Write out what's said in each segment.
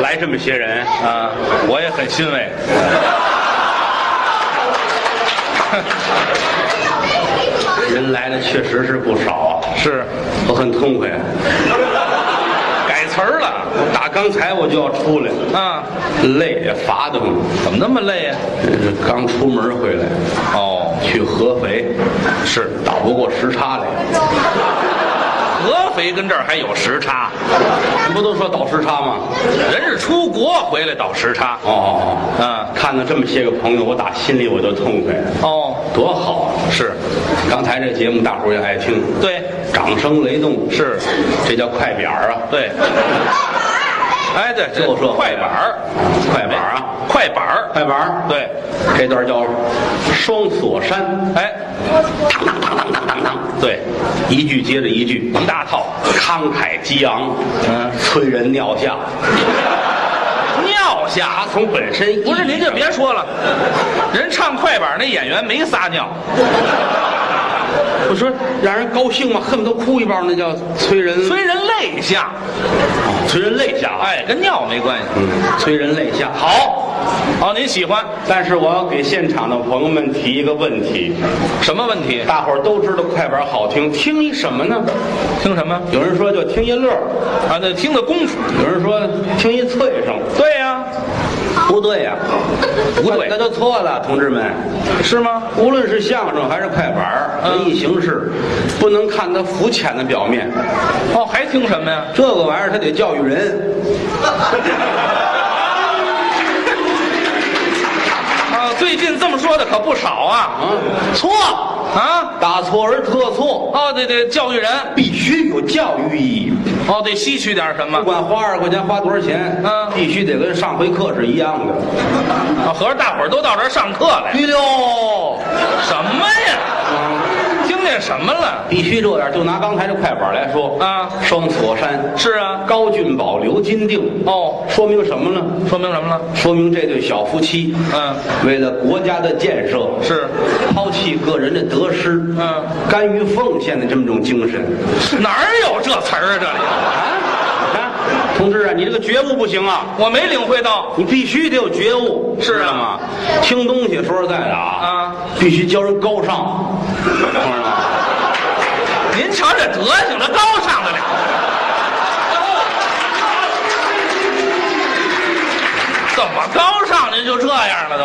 来这么些人啊，哎我也很欣慰。人来的确实是不少啊，是，我很痛快。啊改词儿了，我打刚才我就要出来，啊，累也乏的慌。怎么那么累呀、这是刚出门回来，哦，去合肥，是倒不过时差来。合肥跟这儿还有时差，咱不都说倒时差吗？人是出国回来倒时差。哦，嗯，看到这么些个朋友，我打心里我就痛快，哦，多好啊！是，刚才这节目大伙儿也爱听，对，掌声雷动，是，这叫快板儿啊！对。哎，对，这就说快板儿，快板儿啊，快板儿，快板儿。对，这段叫双锁山，哎，对，一句接着一句，一大套，慷慨激昂，嗯催人尿下。尿下。打从本身不是您就别说了，人唱快板那演员没撒尿，我说让人高兴嘛，恨不得哭一包，那叫催人催人泪下，催人泪下。哎，跟尿没关系。嗯，催人泪下。好，好，好，您喜欢但是我要给现场的朋友们提一个问题，什么问题？大伙儿都知道快板好听，听一什么呢？听什么有人说就听一乐儿，啊？那听的功夫。有人说听一脆声，对呀、不对 呀、不对那就错了，同志们。是吗？无论是相声还是快板儿，嗯文艺形式，不能看它肤浅的表面。哦，还听什么呀？这个玩意儿它得教育人，啊，最近这么说的可不少啊啊，错，啊！打错人特错，哦，对对，教育人，必须有教育意义。哦，得吸取点什么不。管花二十块钱花多少钱，嗯必须得跟上回课是一样的。啊，合着大伙儿都到这儿上课来，对溜，哦什么呀？听见什么了？必须这样。就拿刚才这快板来说啊双锁山是啊，高俊宝、刘金定，哦，说明什么呢？说明什么了？说明这对小夫妻，嗯，为了国家的建设，是抛弃个人的得失，嗯，甘于奉献的这么种精神哪儿有这词儿啊？啊啊！同志啊，你这个觉悟不行啊！这里我没领会到。你必须得有觉悟，是啊知道吗？听东西说实在的啊，啊必须教人高尚，知道吗？您瞧这德行，这高尚得了。怎么高尚？您就这样了都？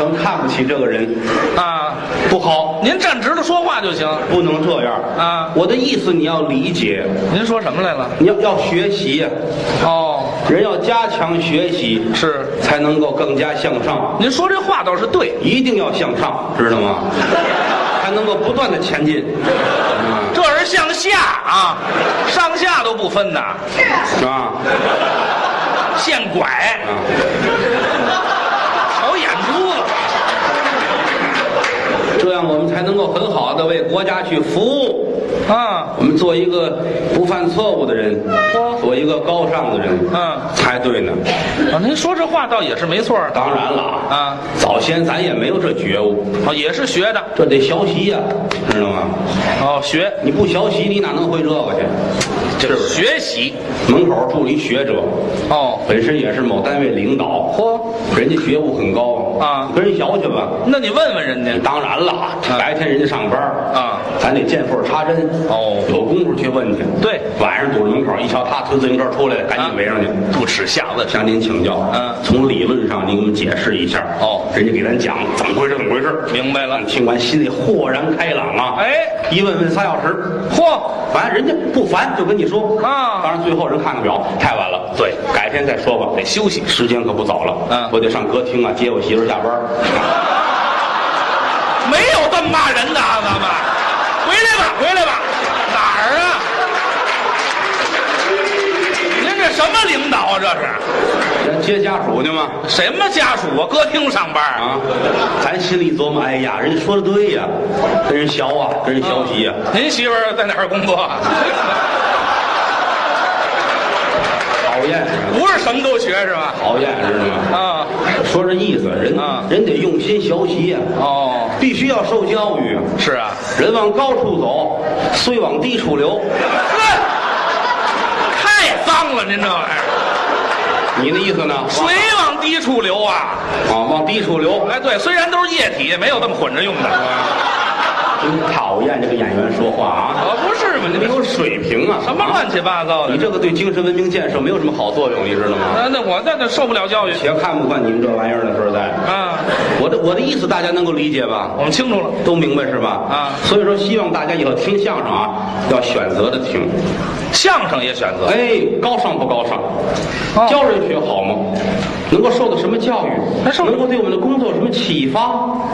咱们看不起这个人，啊，不好，您站直了说话就行。不能这样啊我的意思你要理解，您说什么来了？你要要学习呀，哦，人要加强学习，是。才能够更加向上，您说这话倒是对。一定要向上，知道吗？ 才能够不断的前进，嗯这人向下啊，上下都不分呐，啊现拐，啊！瞧眼珠子。这样我们才能够很好的为国家去服务。啊，我们做一个不犯错误的人，做一个高尚的人，嗯才对呢。啊，您说这话倒也是没错儿的当然了啊，啊，早先咱也没有这觉悟，啊，也是学的这得学习呀、知道吗？哦，学你不学习，你哪能会这个去？是不是？学习门口住了一学者，哦，本身也是某单位领导，嚯，人家觉悟很高啊跟人学去吧。那你问问人家当然了啊，嗯白天人家上班啊，咱得见缝插针哦有功夫去问去。对，晚上堵着门口，一瞧他推自行车出来，赶啊紧围上去。不耻下问向您请教，嗯从理论上您给我们解释一下。哦，人家给咱讲怎么回事，怎么回事。明白了听完心里豁然开朗啊！哎，一问问仨小时，嚯，完了人家不烦，就跟你说啊当然最后人看看表，太晚了，对改天再说吧，得休息时间可不早了。嗯我得上歌厅啊，接我媳妇儿下班儿。 没有这么骂人的啊，咱们回来吧，回来吧，哪儿啊？您这什么领导啊？这是人接家属去嘛。什么家属啊？歌厅上班啊？啊，咱心里琢磨，哎呀，人家说的对呀，跟人学啊，跟人学习呀。 您媳妇儿在哪儿工作啊？讨厌是吧，不是什么都学是吧？讨厌知道吗？啊，说这意思，人啊人得用心学习呀，哦，必须要受教育啊。是啊，人往高处走，虽往低处流。呵，太脏了，您这玩意儿，你的意思呢？水往低处流啊！啊，往低处流。哎，对，虽然都是液体，没有这么混着用的。真讨厌这个演员说话啊！啊，不是嘛？你没有水平啊！什么乱七八糟的？你这个对精神文明建设没有什么好作用，你知道吗？啊，那我那那受不了教育且看不惯你们这玩意儿了，说实在。啊！我的我的意思大家能够理解吧？我们清楚了，都明白是吧？啊所以说希望大家以后听相声啊，要选择的听。相声也选择哎，高尚不高尚？哦教人学好吗？能够受到什么教育？那受能够对我们的工作有什么启发？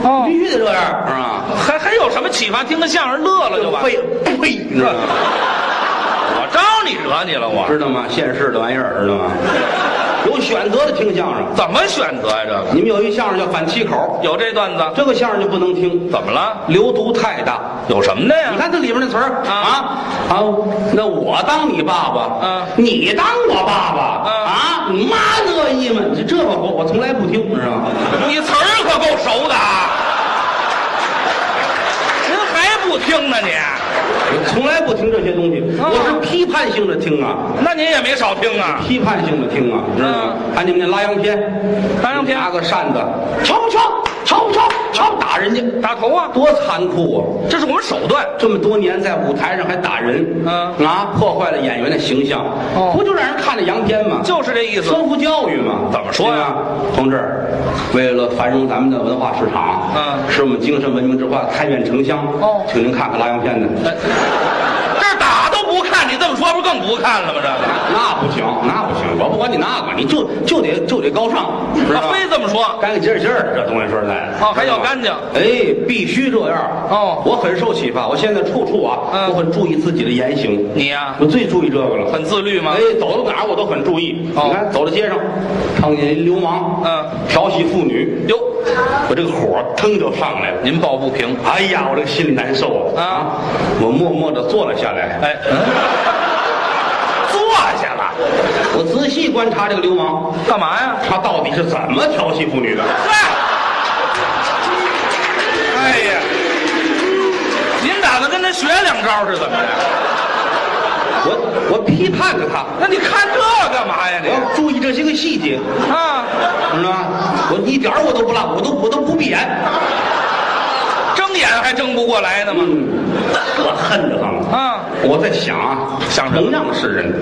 哦必须得这样啊！还还有什么启发？听个相声乐乐就完。废呸，你知道吗？我招你惹你了？我知道吗？现世的玩意儿，知道吗？有选择的听相声。怎么选择呀、这个你们有一相声叫反七口，有这段子这个相声就不能听，怎么了？流毒太大。有什么的你呀？看这里边那词儿啊啊啊！那我当你爸爸，啊你当我爸爸，啊啊，你妈乐意吗？你这个我我从来不听，你知道吗？你词儿可够熟的啊！您还不听呢你？我从来不听这些东西，啊我是批判性的听啊，那您也没少听啊！批判性的听啊，知道吗？看你们那拉洋片，拉嗯洋片拿个扇子，瞧不瞧？瞧不瞧？瞧不打人家，打头啊！多残酷啊！这是我们手段。这么多年在舞台上还打人，嗯啊，破坏了演员的形象，哦不就让人看着洋片吗？就是这意思。丰富教育嘛，怎么说呀对吧？同志，为了繁荣咱们的文化市场，嗯使我们精神文明之花开遍城乡。哦哎请您看看拉洋片的，这打都不看，你这么说不更不看了吗？这那不行，那不行，我不管你那个，你就就得就得高尚，知个道啊吗？非这么说，干干净净儿，这东西说实在的。哦还要干净哎，必须这样。哦我很受启发，我现在处处啊，嗯我很注意自己的言行。你呀我最注意这个了。很自律吗哎？，走到哪儿我都很注意。哦你看，走到街上，碰见一流氓，嗯调戏妇女，哟，我这个火腾就上来了。您抱不平哎呀，我这个心里难受啊！啊我默默地坐了下来。嗯哎，坐下了，我仔细观察这个流氓，干嘛呀？他到底是怎么调戏妇女的？哎，哎呀，您打算跟他学两招是怎么的？我我批判着他，那你看这干嘛呀？我要你注意这些个细节，啊，知道吗？我一点儿我都不落，我都我都不闭眼。睁眼还睁不过来呢吗？嗯，可恨得慌了。啊我在想啊，想什同么样是人，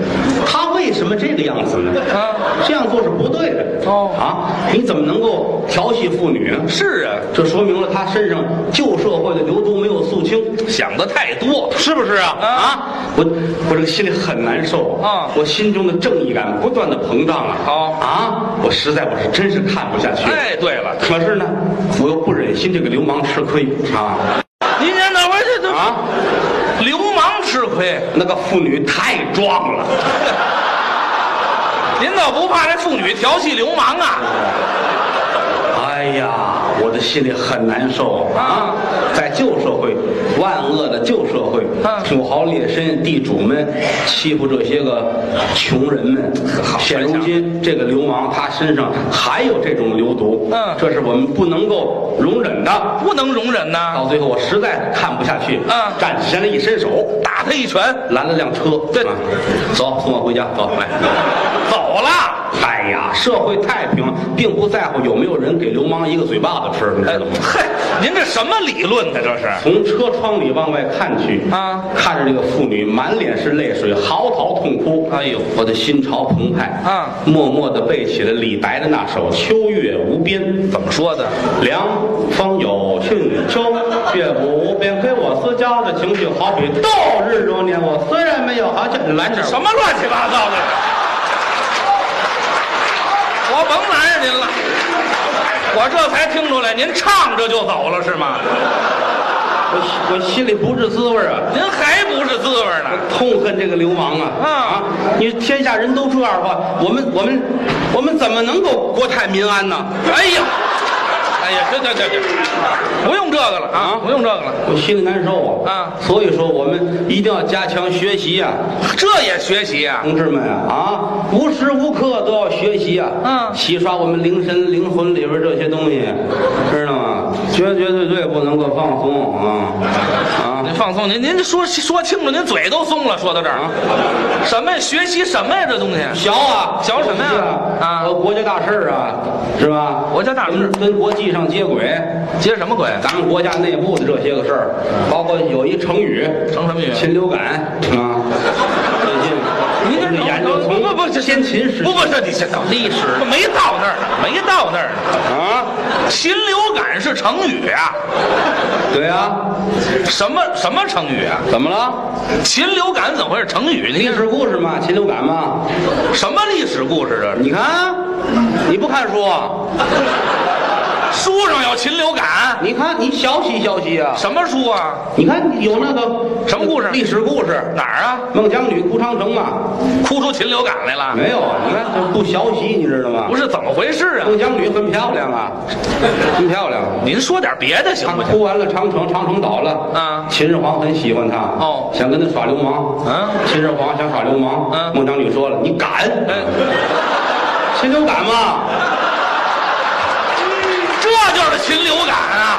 他为什么这个样子呢？啊，这样做是不对的。哦啊，你怎么能够调戏妇女呢？是啊，这说明了他身上旧社会的流毒没有肃清，想的太多，是不是啊？啊我我这个心里很难受啊我心中的正义感不断的膨胀啊。好啊，我实在我是真是看不下去。哎，对了，可是呢，我又不忍心这个流氓吃亏啊您先等会儿，这这啊！流氓吃亏，那个妇女太装了，您倒不怕这妇女调戏流氓啊？哎呀，我的心里很难受啊！在旧社会，万恶的旧社会，啊土豪劣绅地主们欺负这些个穷人们。现如今这个流氓他身上还有这种流毒，嗯啊这是我们不能够容忍的。不能容忍呐！到最后，我实在看不下去，嗯站起来一伸手，打他一拳，拦了辆车，对啊走，送我回家，走，来。走了。哎呀，社会太平，并不在乎有没有人给流氓一个嘴巴子吃，你知哎道吗？，嘿，您这什么理论呢？这是从车窗里往外看去啊看着这个妇女满脸是泪水，嚎啕痛哭。哎呦我的心潮澎湃啊默默地背起了李白的那首《秋月无边》。怎么说的？凉风有讯秋，月无边。归我思家的情绪好比斗日如年。我虽然没有好像你拦这儿什么乱七八糟的？我甭拦着您了，我这才听出来您唱着就走了是吗？我我心里不是滋味儿啊。您还不是滋味呢？痛恨这个流氓啊！啊你天下人都这样的话，我们我们我们怎么能够国泰民安呢？哎呀，哎呀，这这这这，不用这个了啊，不用这个了。我心里难受啊所以说我们一定要加强学习呀、这也学习啊？同志们啊，啊，无时无刻都要学习啊，嗯洗刷我们灵神灵魂里边这些东西，知道吗？绝绝对对不能够放松啊啊！啊您放松，您您说说清楚，您嘴都松了。说到这儿，什么呀学习什么呀？这东西，学啊，学什么呀是啊和国家大事儿啊，是吧？国家大事跟跟国际上接轨，接什么鬼？啊咱们国家内部的这些个事儿，包括有一成语，成什么语禽流感啊，最近您这我们研究从不不不，这先秦时期不不，这你这到历史没到那儿呢，没到那儿呢。啊，禽流感是成语啊，对啊，什么什么成语啊？怎么了？禽流感怎么会是成语？历您史故事嘛，禽流感嘛，什么历史故事这是？你看，你不看书啊？书上有禽流感？你看你学习学习啊？什么书啊？你看有那个什么故事历史故事，哪儿啊？孟姜女哭长城嘛。哭出禽流感来了？没有啊，你看这不学习，你知道吗？不是，是怎么回事啊？孟姜女很漂亮啊，很漂亮。您说点别的行她不行？哭完了长城，长城倒了，啊秦始皇很喜欢她，哦想跟她耍流氓，啊秦始皇想耍流氓，嗯孟姜女说了，你敢？哎，禽流感嘛，这就是禽流感啊！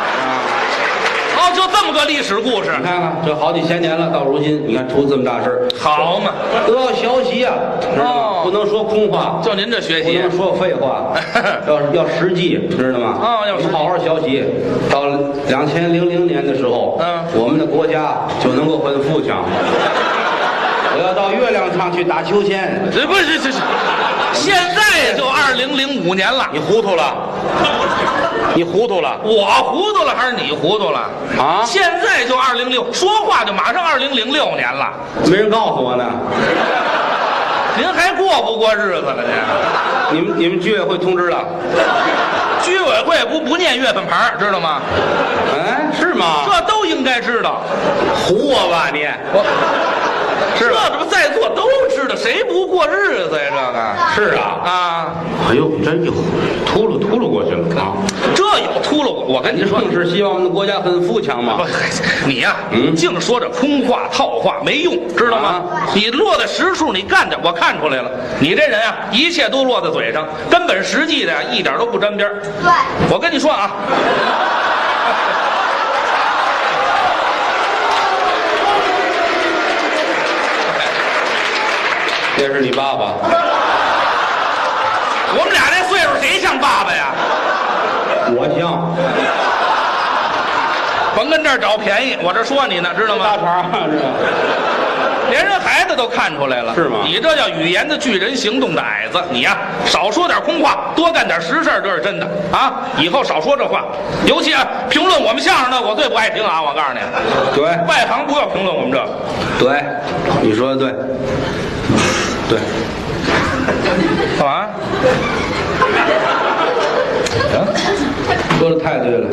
哦，就这么个历史故事，你看看这好几千年了，到如今你看出这么大事儿，好嘛？都要学习啊，知道吗哦不能说空话，就您这学不习能，说废话， 要要实际，知道吗？哦要实际你好好学习。到两千零零年的时候，嗯我们的国家就能够很富强。我要到月亮上去打秋千，这不是这是，现在就二零零五年了，你糊涂了，你糊涂了我糊涂了还是你糊涂了？啊！现在就二零六，说话就马上二零零六年了，没人告诉我呢。您还过不过日子了？您你们你们居委会通知了？居委会不不念月份牌儿，知道吗？哎，是吗？这都应该知道。唬我吧你？是这怎么在座都知道，谁不过日子呀？是这个啊。啊，哎呦，你这一唬秃噜秃噜过去了啊！这有秃噜我，我跟你说， 正是希望我们的国家很富强嘛不。你呀、嗯净说这空话套话没用，知道吗？啊你落在实处，你干的我看出来了，你这人啊，一切都落在嘴上，根本实际的呀、一点都不沾边儿对，我跟你说啊。这是你爸爸，我们俩这岁数谁像爸爸呀？我 像。甭跟这儿找便宜，我这说你呢，知道吗？茬儿是吧？连人孩子都看出来了，是吗你这叫语言的巨人，行动的矮子。你呀、少说点空话，多干点实事儿，这是真的啊！以后少说这话，尤其啊，评论我们相声的，我最不爱听啊！我告诉你，对外行不要评论我们这个，对，你说的对，对，干嘛？说的太对了，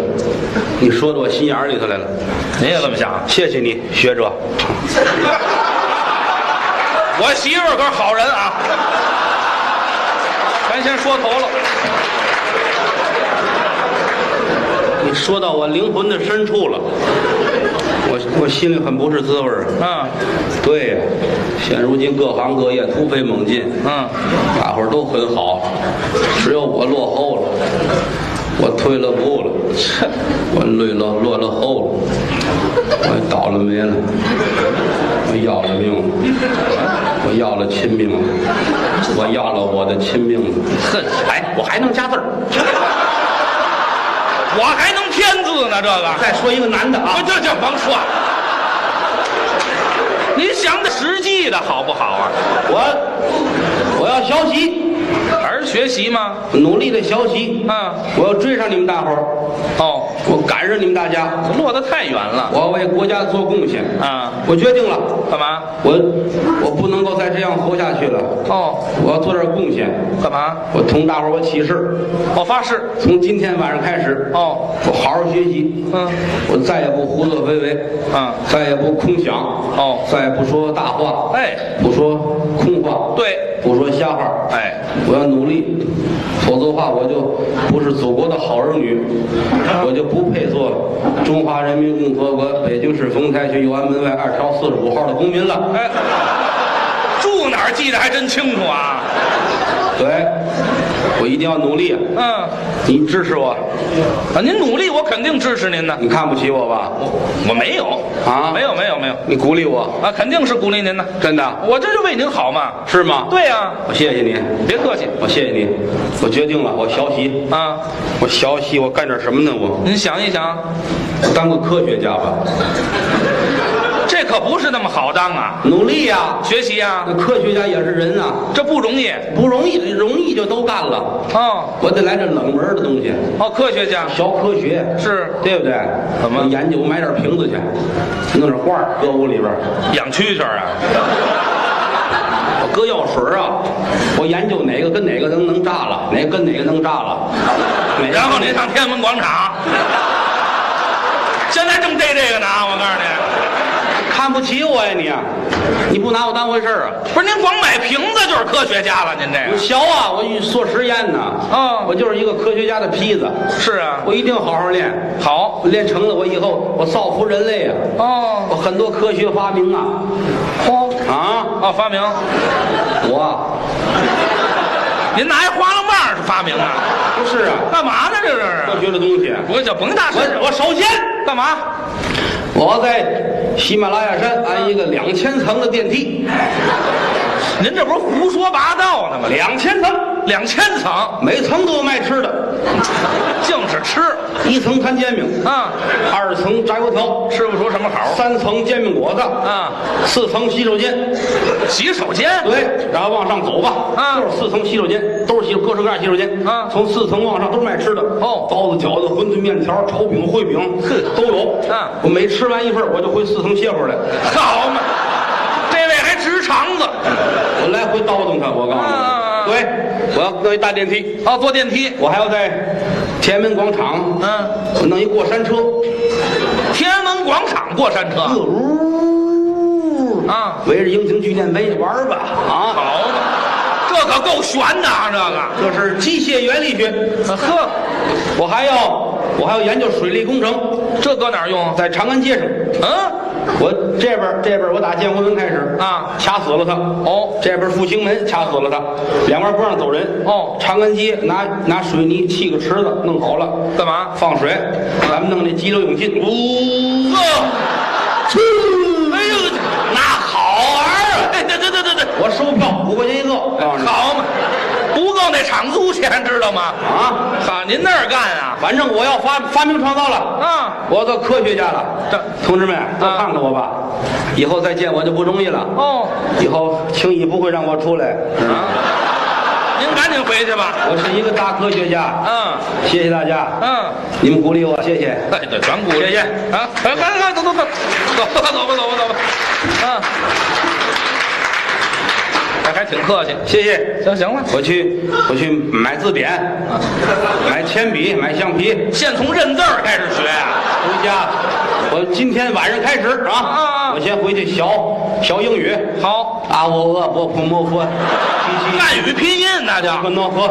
你说到我心眼儿里头来了，您也这么想？啊谢谢你，学者。我媳妇儿可是好人啊！咱先说头了，你说到我灵魂的深处了，我我心里很不是滋味儿。嗯对呀、现如今各行各业突飞猛进，啊嗯，大伙儿都很好，只有我落后了，我退了步了， 切我累了落了后了，我倒了霉了，我要了命了，我要了亲命了，我要了我的亲命了。哼，哎，我还能加字 儿。我还能添字呢，这个。再说一个男的啊我，这就甭说了。您想的实际的好不好啊？我我要学习，还是学习吗？努力的学习。嗯，我要追上你们大伙儿，哦，我赶上你们大家，落得太远了我要为国家做贡献。啊！我决定了。干嘛？我我不能够再这样活下去了，哦，我要做点贡献。干嘛？我同大伙儿我起誓，我发誓。从今天晚上开始，哦，我好好学习。嗯，我再也不胡作非为，嗯，再也不空想，哦再也不说大话，哎，不说空话，，对，不说瞎话。哎，我要努力，否则的话我就不是祖国的好儿 女，我就不配做中华人民共和国北京市丰台区右安门外二条四十五号的公民了。哎，住哪哪儿记得还真清楚啊！对，我一定要努力。嗯，啊，你支持我，您努力，我肯定支持您的。你看不起我吧？我我没有啊没有没有没有你鼓励我，啊，肯定是鼓励您的。真的我这就为您好嘛。是吗？，对呀、我谢谢你，别客气我谢谢你，我决定了，我学习，啊。我学习，我干点什么呢？我您想一想，我当个科学家吧，这可不是那么好当啊，努力呀、学习呀、那科学家也是人啊，这不容易不容易，容易就都干了。哦。我得来点冷门的东西，哦，科学家学科学，是对不对？怎么我研究？我买点瓶子去，弄点花儿搁屋里边儿，养蛐蛐儿啊。我搁药水儿啊，我研究哪个跟哪个能能炸了，哪个跟哪个能炸 了，哪个然后您上天安门广场， 现在正逮这个呢，我告看不起我呀你，你不拿我当回事儿啊？诉你，不是您光买瓶子就是科学家了，您这我个学啊，我做实验呢，啊嗯我就是一个科学家的坯子，是啊，我一定好好练，好我练成了，我以后我造福人类啊，我哦很多科学发明啊，嚯啊，哦，发明，我啊您拿一花楞棒是发明啊？不是啊，干嘛呢？这这科是？学的东西，啊我就甭大事，我我首先，干嘛？我要在喜马拉雅山安一个两千层的电梯，您这不是胡说八道呢吗？两千层，两千层，每层都有卖吃的，净是吃一层摊煎饼，啊，二层炸油条，吃不出什么好三层煎饼果子，啊。四层洗手间，洗手间对，哎然后往上走吧，啊就是四层洗手间，都是洗各式各样的洗手间，啊从四层往上都是卖吃的，哦包子、饺子、馄饨、面条、炒饼、烩饼，都有，啊我每吃完一份，我就回四层歇会儿来，好嘛，这位还直肠子。我来回叨叨它，我告诉你，啊对，我要弄一大电梯，哦，坐电梯。我还要在天安门广场，嗯，我弄一过山车，天安门广场过山车。嗯呜啊围着英雄聚殿围玩儿吧，好啊，嘛，这可够悬的啊！这这是机械原理学。个，呵，我还要我还要研究水利工程，这搁哪儿用？在长安街上，嗯，我这边这边我打建国门开始啊掐死了他。哦这边复兴门掐死了他，两边不让走人。哦长安街拿拿水泥砌个池子，弄好了，干嘛？放水，咱们弄那激流勇进。呜、哎呦，那好玩儿啊！哎，对对对对对，我收票五块钱一个，告诉你好嘛，不够那场租钱，知道吗？啊，上您那儿干啊？反正我要发发明创造了。啊，我要做科学家了，啊这同志们都看看我吧，以后再见我就不容易了。哦，以后轻易不会让我出来。啊，您赶紧回去吧。我是一个大科学家，嗯谢谢大家，嗯。你们鼓励我，谢谢。哎，对，全鼓励啊！哎，来来，走走走，走吧，走吧，走吧，走吧。嗯，哎，还挺客气。谢谢，行行了，我去，我去买字典，买铅笔，买橡皮，现从认字儿开始学啊。回家。我今天晚上开始啊，啊我先回去学学英语。好，啊，我我我普摩佛，西西汉语拼音那就阿诺佛，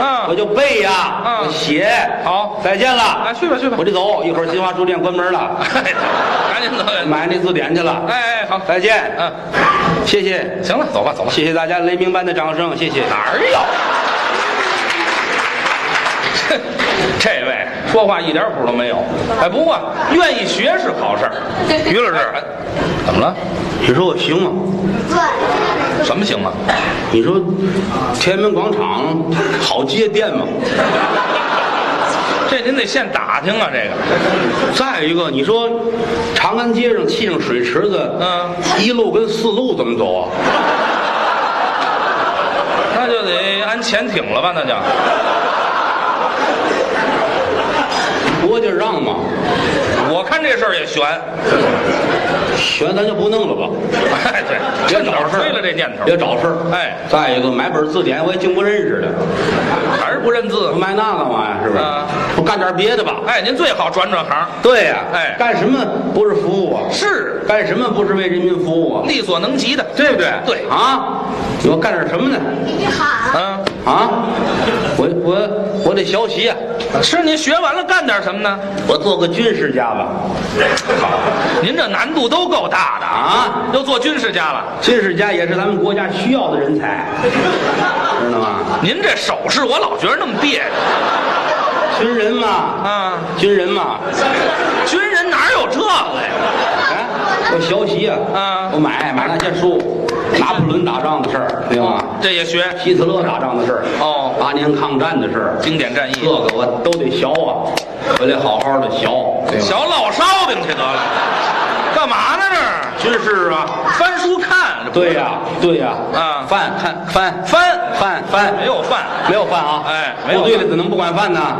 哎嗯我就背呀，嗯我写。好再见啊，了，去吧去吧我。得走，一会儿新华书店关门了，哎，赶紧走。买那字典去了。哎哎，好，再见，嗯，谢谢。行了，走吧走吧。谢谢大家雷鸣般的掌声，谢谢。哪儿有？ 这位说话一点谱都没有。哎，不过愿意学是好事儿。于老师，怎么了？你说我行吗？什么行啊？你说天安门广场好接电吗？这您得现打听啊，这个再一个，你说长安街上砌上水池子，嗯，一路跟四路怎么走啊？那就得安潜艇了吧？那就国家让嘛，我看这事儿也悬。悬咱就不弄了吧，哎，对，别趁早找事推儿了这念头，别找事儿。哎再一个，买本字典我也净不认识的，还是不认字我。买那干嘛呀？是不是啊？我干点别的吧。哎，您最好转转行。对呀，哎干什么不是服务啊？是，干什么不是为人民服务啊？力所能及的。对不对？对啊，我干点什么呢？你好，嗯，啊，我我我得学习啊，是您学完了干点什么呢？我做个军事家吧，您这难度都够大的啊啊！又做军事家了，军事家也是咱们国家需要的人才，知道吗？您这手势我老觉得那么别扭军人嘛，啊！军人嘛，军人哪有这个呀？哎，我学习啊，啊我买买那些书，拿破仑打仗的事儿，对吗？这也学希特勒打仗的事儿，哦八年抗战的事儿，经典战役这，个我都得学啊，我得好好的学，对吧小烙烧饼去得了，干嘛呢这儿？军事啊，翻书看，对呀、对呀、啊饭看饭翻饭饭没有饭，没有饭啊，哎没有部队里怎能不管饭呢？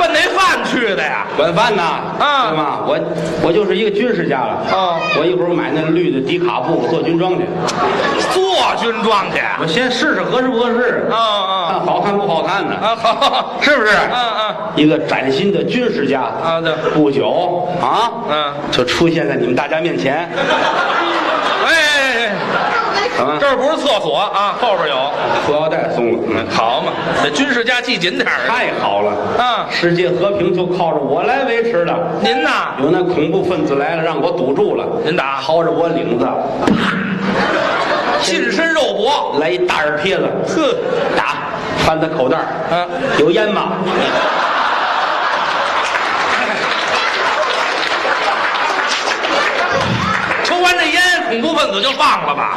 奔那饭去的呀？管饭呢，啊对吗？我我就是一个军事家了啊我一会儿买那绿的迪卡布，我做军装去，做军装去？我先试试合适不合适，啊啊看好看不好看呢，啊！好，是不是？嗯嗯一个崭新的军事家啊对不久啊，嗯，就出现在你们大家面 前，哎哎哎。怎么这？儿不是厕所啊，后边有。裤腰带松了，嗯好嘛，这军事家系紧点儿啊。太好了！啊世界和平就靠着我来维持了。您呐，有那恐怖分子来了，让我堵住了，您打薅着我领子，近身肉搏，来一大耳贴子，哼，打，翻他口袋儿，啊有烟吗？抽完这烟，恐怖分子就放了吧。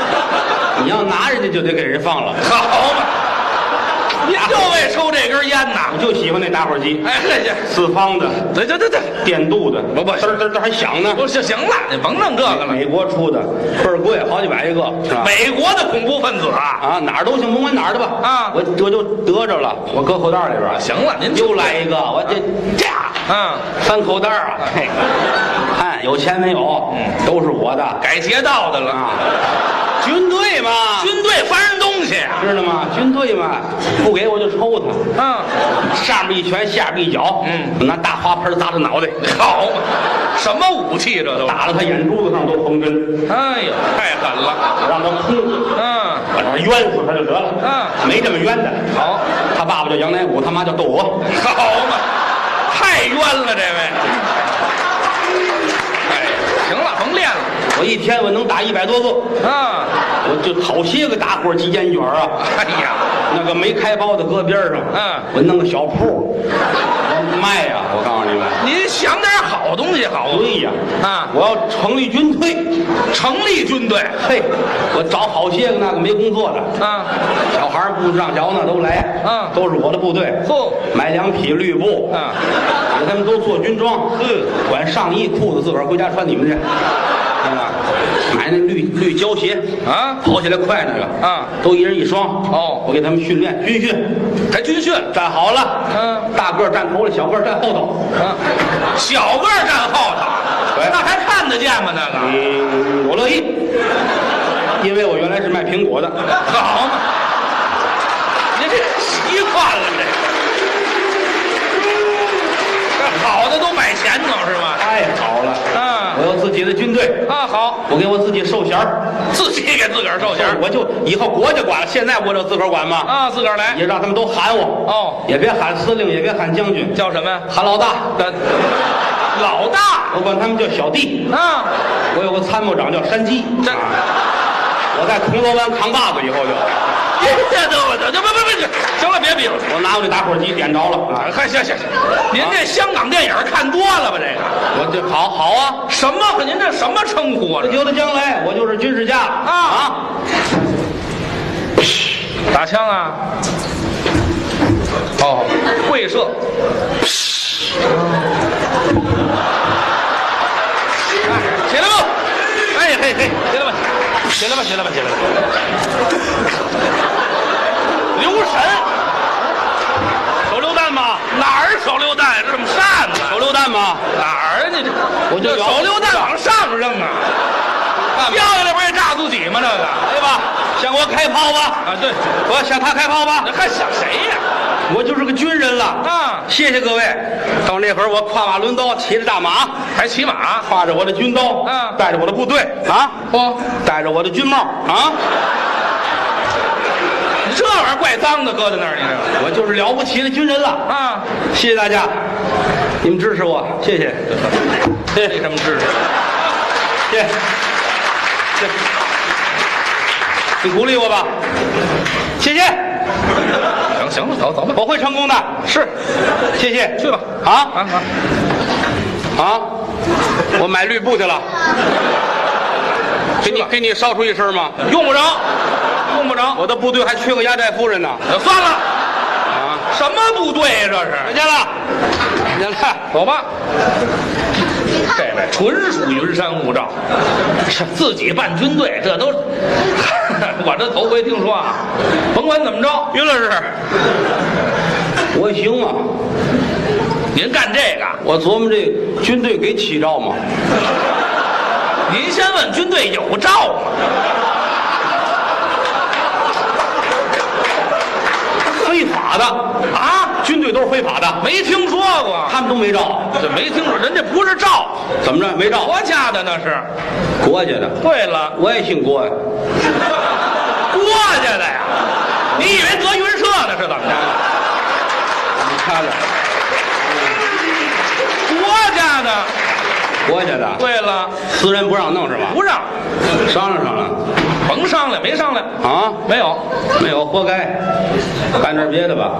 你要拿人家就得给人放了，好嘛，您就为抽这根烟呐我？就喜欢那打火机，哎，这这四方的，这这这这，电镀的，不不嘚儿嘚儿嘚儿还响呢。不行行了，你甭弄这个了。美国出的倍儿贵，好几百一个，是吧？美国的恐怖分子啊，啊，哪儿都行，甭管哪儿的吧。啊我我就得着了，我搁口袋里边儿。行了，您又就来一个，我这这样。嗯，翻口袋儿啊，嘿，看有钱没有？哎嗯都是我的改邪道的了。啊，军队嘛，军队翻人东西啊，知道吗？军队嘛，不给我就抽他，嗯。上面一拳，下边一脚，嗯，我拿大花盆砸他脑袋，好嘛，什么武器这都是？打得他眼珠子上都缝针，哎呀，太狠了！让他哭，嗯，把他冤死他就得了。嗯没这么冤的。好，他爸爸叫杨乃武，他妈叫窦娥。好嘛，太冤了这位。哎，行了，甭练了。我一天我能打一百多个，啊，我就好些个打火机烟卷儿啊。哎呀，那个没开包的搁边上，嗯我弄个小铺卖呀、我告诉你们，您想点好东西好吗？对呀、啊我要成立军队，成立军队。嘿，我找好些个那个没工作的，啊，小孩儿不上学呢都来，嗯都是我的部队，嚯买两匹绿布，嗯给他们都做军装，嗯，管上衣裤子自个儿回家穿你们去，对吧？买那绿绿胶鞋啊跑起来快那个，嗯都一人一双，哦我给他们训练军训。还军训。站好了，嗯，大个儿站头里，小个儿站后头。啊，小个儿站后头喂，那还看得见吗？那个，嗯，我乐意，因为我原来是卖苹果的。嗯好嘛，您这习惯了这。这好的都摆前头是吗？太好了，嗯我有自己的军队，啊，好，我给我自己授衔儿，自己给自个儿授衔儿我就以后国家管了，现在我就自个儿管嘛。啊，自个儿来也让他们都喊我，哦，也别喊司令，也别喊将军，叫什么呀？喊老大。这老大我管他们叫小弟。啊，我有个参谋长叫山鸡，啊这我在铜锣湾扛把子以后就，这都我这这不不不，行了，别比了。哎我拿我这打火机点着了啊，嗨，行行，行您这香港电影看多了吧？这个我这好好啊，什么？您这什么称呼啊？觉得将来我就是军事家啊啊这打枪啊？哦，会射。哎，起来吧！哎嘿嘿，起来吧，起来吧，起来吧，起来吧！留神，手榴弹吗？哪儿手榴弹这么扇呢？手榴弹吗？哪儿啊？你这我就这摇手榴弹往上扔啊！掉下来不是也炸自己吗？这个来吧，向我开炮吧！啊，对，我向他开炮吧！那还想谁呀、我就是个军人了啊谢谢各位。到那会儿，我跨马抡刀，骑着大马，还骑马？挎着我的军刀，嗯带着我的部队啊，嚯、戴着我的军帽啊，你这玩意儿怪脏的，搁在那儿，你这我就是了不起的军人了！啊，谢谢大家，你们支持我，谢谢，谢没谢什么知识。谢谢，你鼓励我吧，谢谢，行行了，走走吧，我会成功的，是谢谢，去吧啊啊啊！啊，我买绿布去了，给去你吧给你捎出一身吗？用不着，用不着。我的部队还缺个压寨夫人呢，呃算了，啊，什么部队呀、这再是？见了，再见了，走吧。这位纯属云山雾罩，是自己办军队，这都， 我这头回听说啊。甭管怎么着，于老师，我行啊，您干这个，我琢磨这军队给起照吗？您先问军队有照吗？非法的，啊，军队都是非法的，没听说过，他们都没照，这没听说，人家不是照，怎么着没照？国家的那是。国家的，对了，我也姓郭呀、郭家的呀，你以为德云社呢是怎么着？你看着，郭家的。郭家的，对了，私人不让弄是吧？不让，商量商量甭商量，没商量，啊，没有。没有，活该，干点别的吧，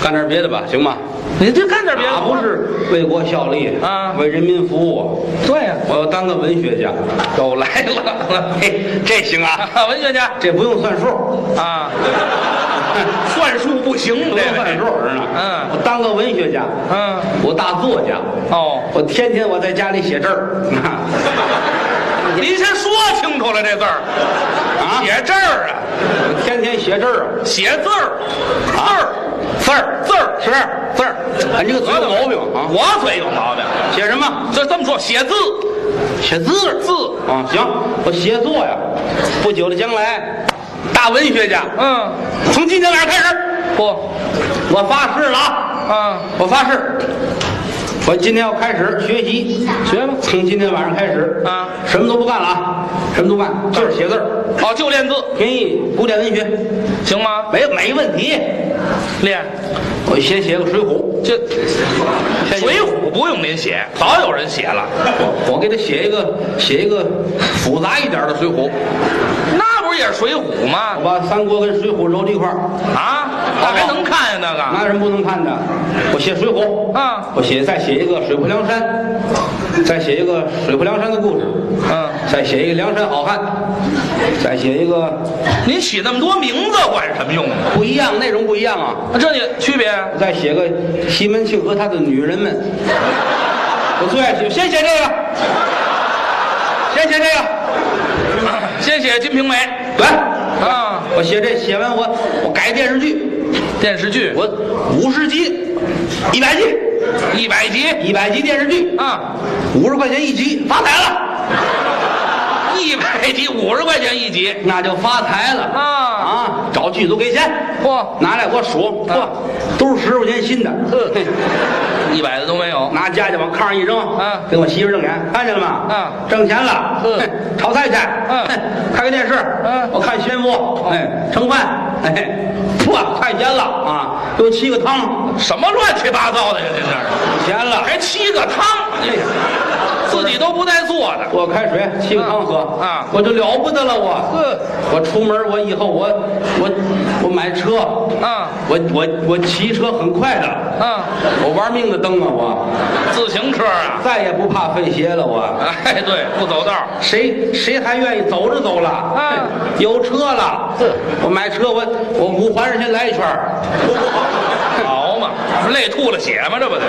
干点别的吧，行吗？你这干点别啊，的，不是为国效力啊为人民服务，对呀、我要当个文学家，又来了，嘿，这行啊，啊 文学家这不用算数，啊，算术不行，不这用算位数是呢。嗯我当个文学家，嗯，我大作家，哦，我天天我在家里写字儿，啊您先说清楚了这字儿，啊，写字儿啊，我天天写字儿写字儿，字儿，啊，字儿字儿是字儿，俺这个嘴有毛病啊，我嘴有毛病，写什么？这这么说写字，写字字，啊，行，我写作呀，不久的将来，大文学家。嗯，从今天晚上开始，不，我发誓了啊！啊，我发誓，我今天要开始学习，学吧。从今天晚上开始啊什么都不干了啊，什么都不干，就是写字儿，哦，就练字编译古典文学，行吗？没没问题。练我先写个《水浒这先《水浒》不用您写，早有人写了，》，我我给他写一个写一个复杂一点的《水浒》，那不是也是《水浒》吗我？把三国跟《水浒》揉到一块儿。啊，那还能看呀、那哪有人不能看的？我写《水浒》啊我写再写一个《水泊梁山》，再写一个《水泊梁山》的故事，个，嗯。再写一个梁山好汉，再写一个您起那么多名字管什么用啊？不一样，内容不一样啊！这也区别？ 再写个西门庆和他的女人们，我最爱写，先写这个，先写这个，先写《金瓶梅》来，啊，我写这写完我我改电视剧，电视剧我五十集，一百集，一百集一百集电视剧，啊，五十块钱一集，发财了。一百集五十块钱一集，那就发财了啊啊！找剧组给钱，嚯拿来我数，嚯啊，都是十块钱新的，嘿一百的都没有。拿家去往炕上一扔，啊给我媳妇儿挣钱，看见了吗？啊挣钱了，嗯嘿炒菜去，嗯嘿看个电视，嗯我看宣布，哎，盛饭，哎，嚯，太咸了啊，又沏个汤，什么乱七八糟的呀？您这是咸了，还七个汤，哎呀自己都不带做的。我开水沏个汤喝嗯啊我就了不得了我。嗯我出门我以后我我我买车啊我我我骑车很快的，啊，我玩命的蹬啊我，自行车啊，再也不怕费鞋了我。哎，对，不走道儿谁谁还愿意走着走了？啊有车了，我买车我我五环上先来一圈儿， 好嘛，累吐了血嘛，这不得？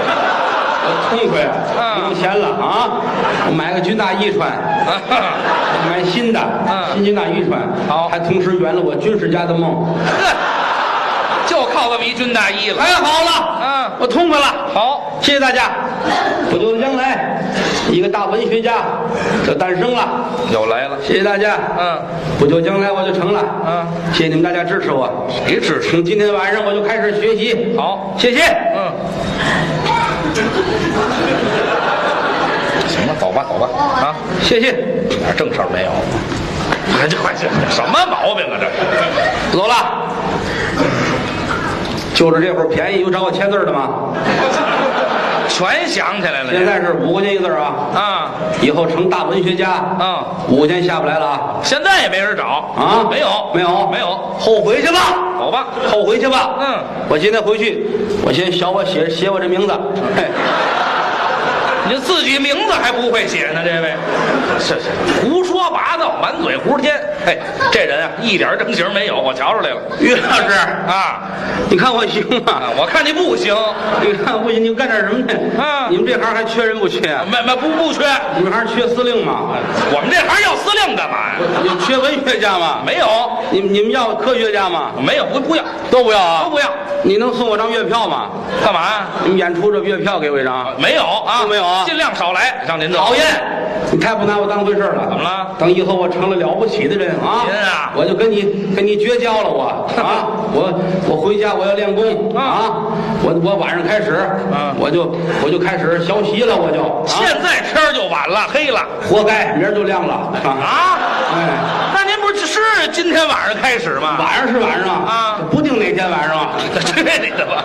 我痛快啊有钱了啊！我买个军大衣穿，啊，买新的，嗯新军大衣穿，好还同时圆了我军事家的梦。呵就靠这么一军大衣了。哎太哎好了，嗯我痛快了，好，谢谢大家。不久的将来，一个大文学家就诞生了，又来了。谢谢大家。嗯，不久将来我就成了。嗯，谢谢你们大家支持我。谁支持？从今天晚上我就开始学习。，好，谢谢。嗯。 行了，走吧，走吧。啊，啊谢谢。一点正事儿没有。 哎这快行，什么毛病啊这？不走了，就是这会儿便宜，有找我签字的吗？全想起来了现你在是五块钱一个字啊，啊！以后成大文学家，嗯，五块钱下不来了啊现在也没人找啊！没有，没有，没有，后悔去吧，走吧。后悔去吧。嗯，我今天回去，我先小我写写我这名字。嘿，你自己名字还不会写呢，这位，是是胡说八道，满嘴胡天。哎，这人啊，一点正形没有，我瞧出来了。于老师，啊，你看我行啊吗？我看你不行，你看不行，你干点什么去？啊你们这行还缺人不缺？没没不不缺，你们行缺司令吗？我们这行要司令干嘛呀？你们缺文学家吗？没有，你们你们要科学家吗？没有，不不要，都不要啊？都不要，你能送我张月票吗？干嘛呀？你们演出这月票给我一张。没有啊，都没有啊尽量少来，让您走。讨厌，啊你太不拿我当回事儿了。怎么了？等以后我成了了不起的人啊，您啊我就跟你跟你绝交了我 啊！我我回家我要练功啊！我我晚上开始，啊我就我就开始学习了，我就啊，现在天儿就晚了，黑了活该，明儿就亮了啊！啊！哎，那您不是今天晚上开始吗？晚上是晚上啊 不定哪天晚上。这这的吧。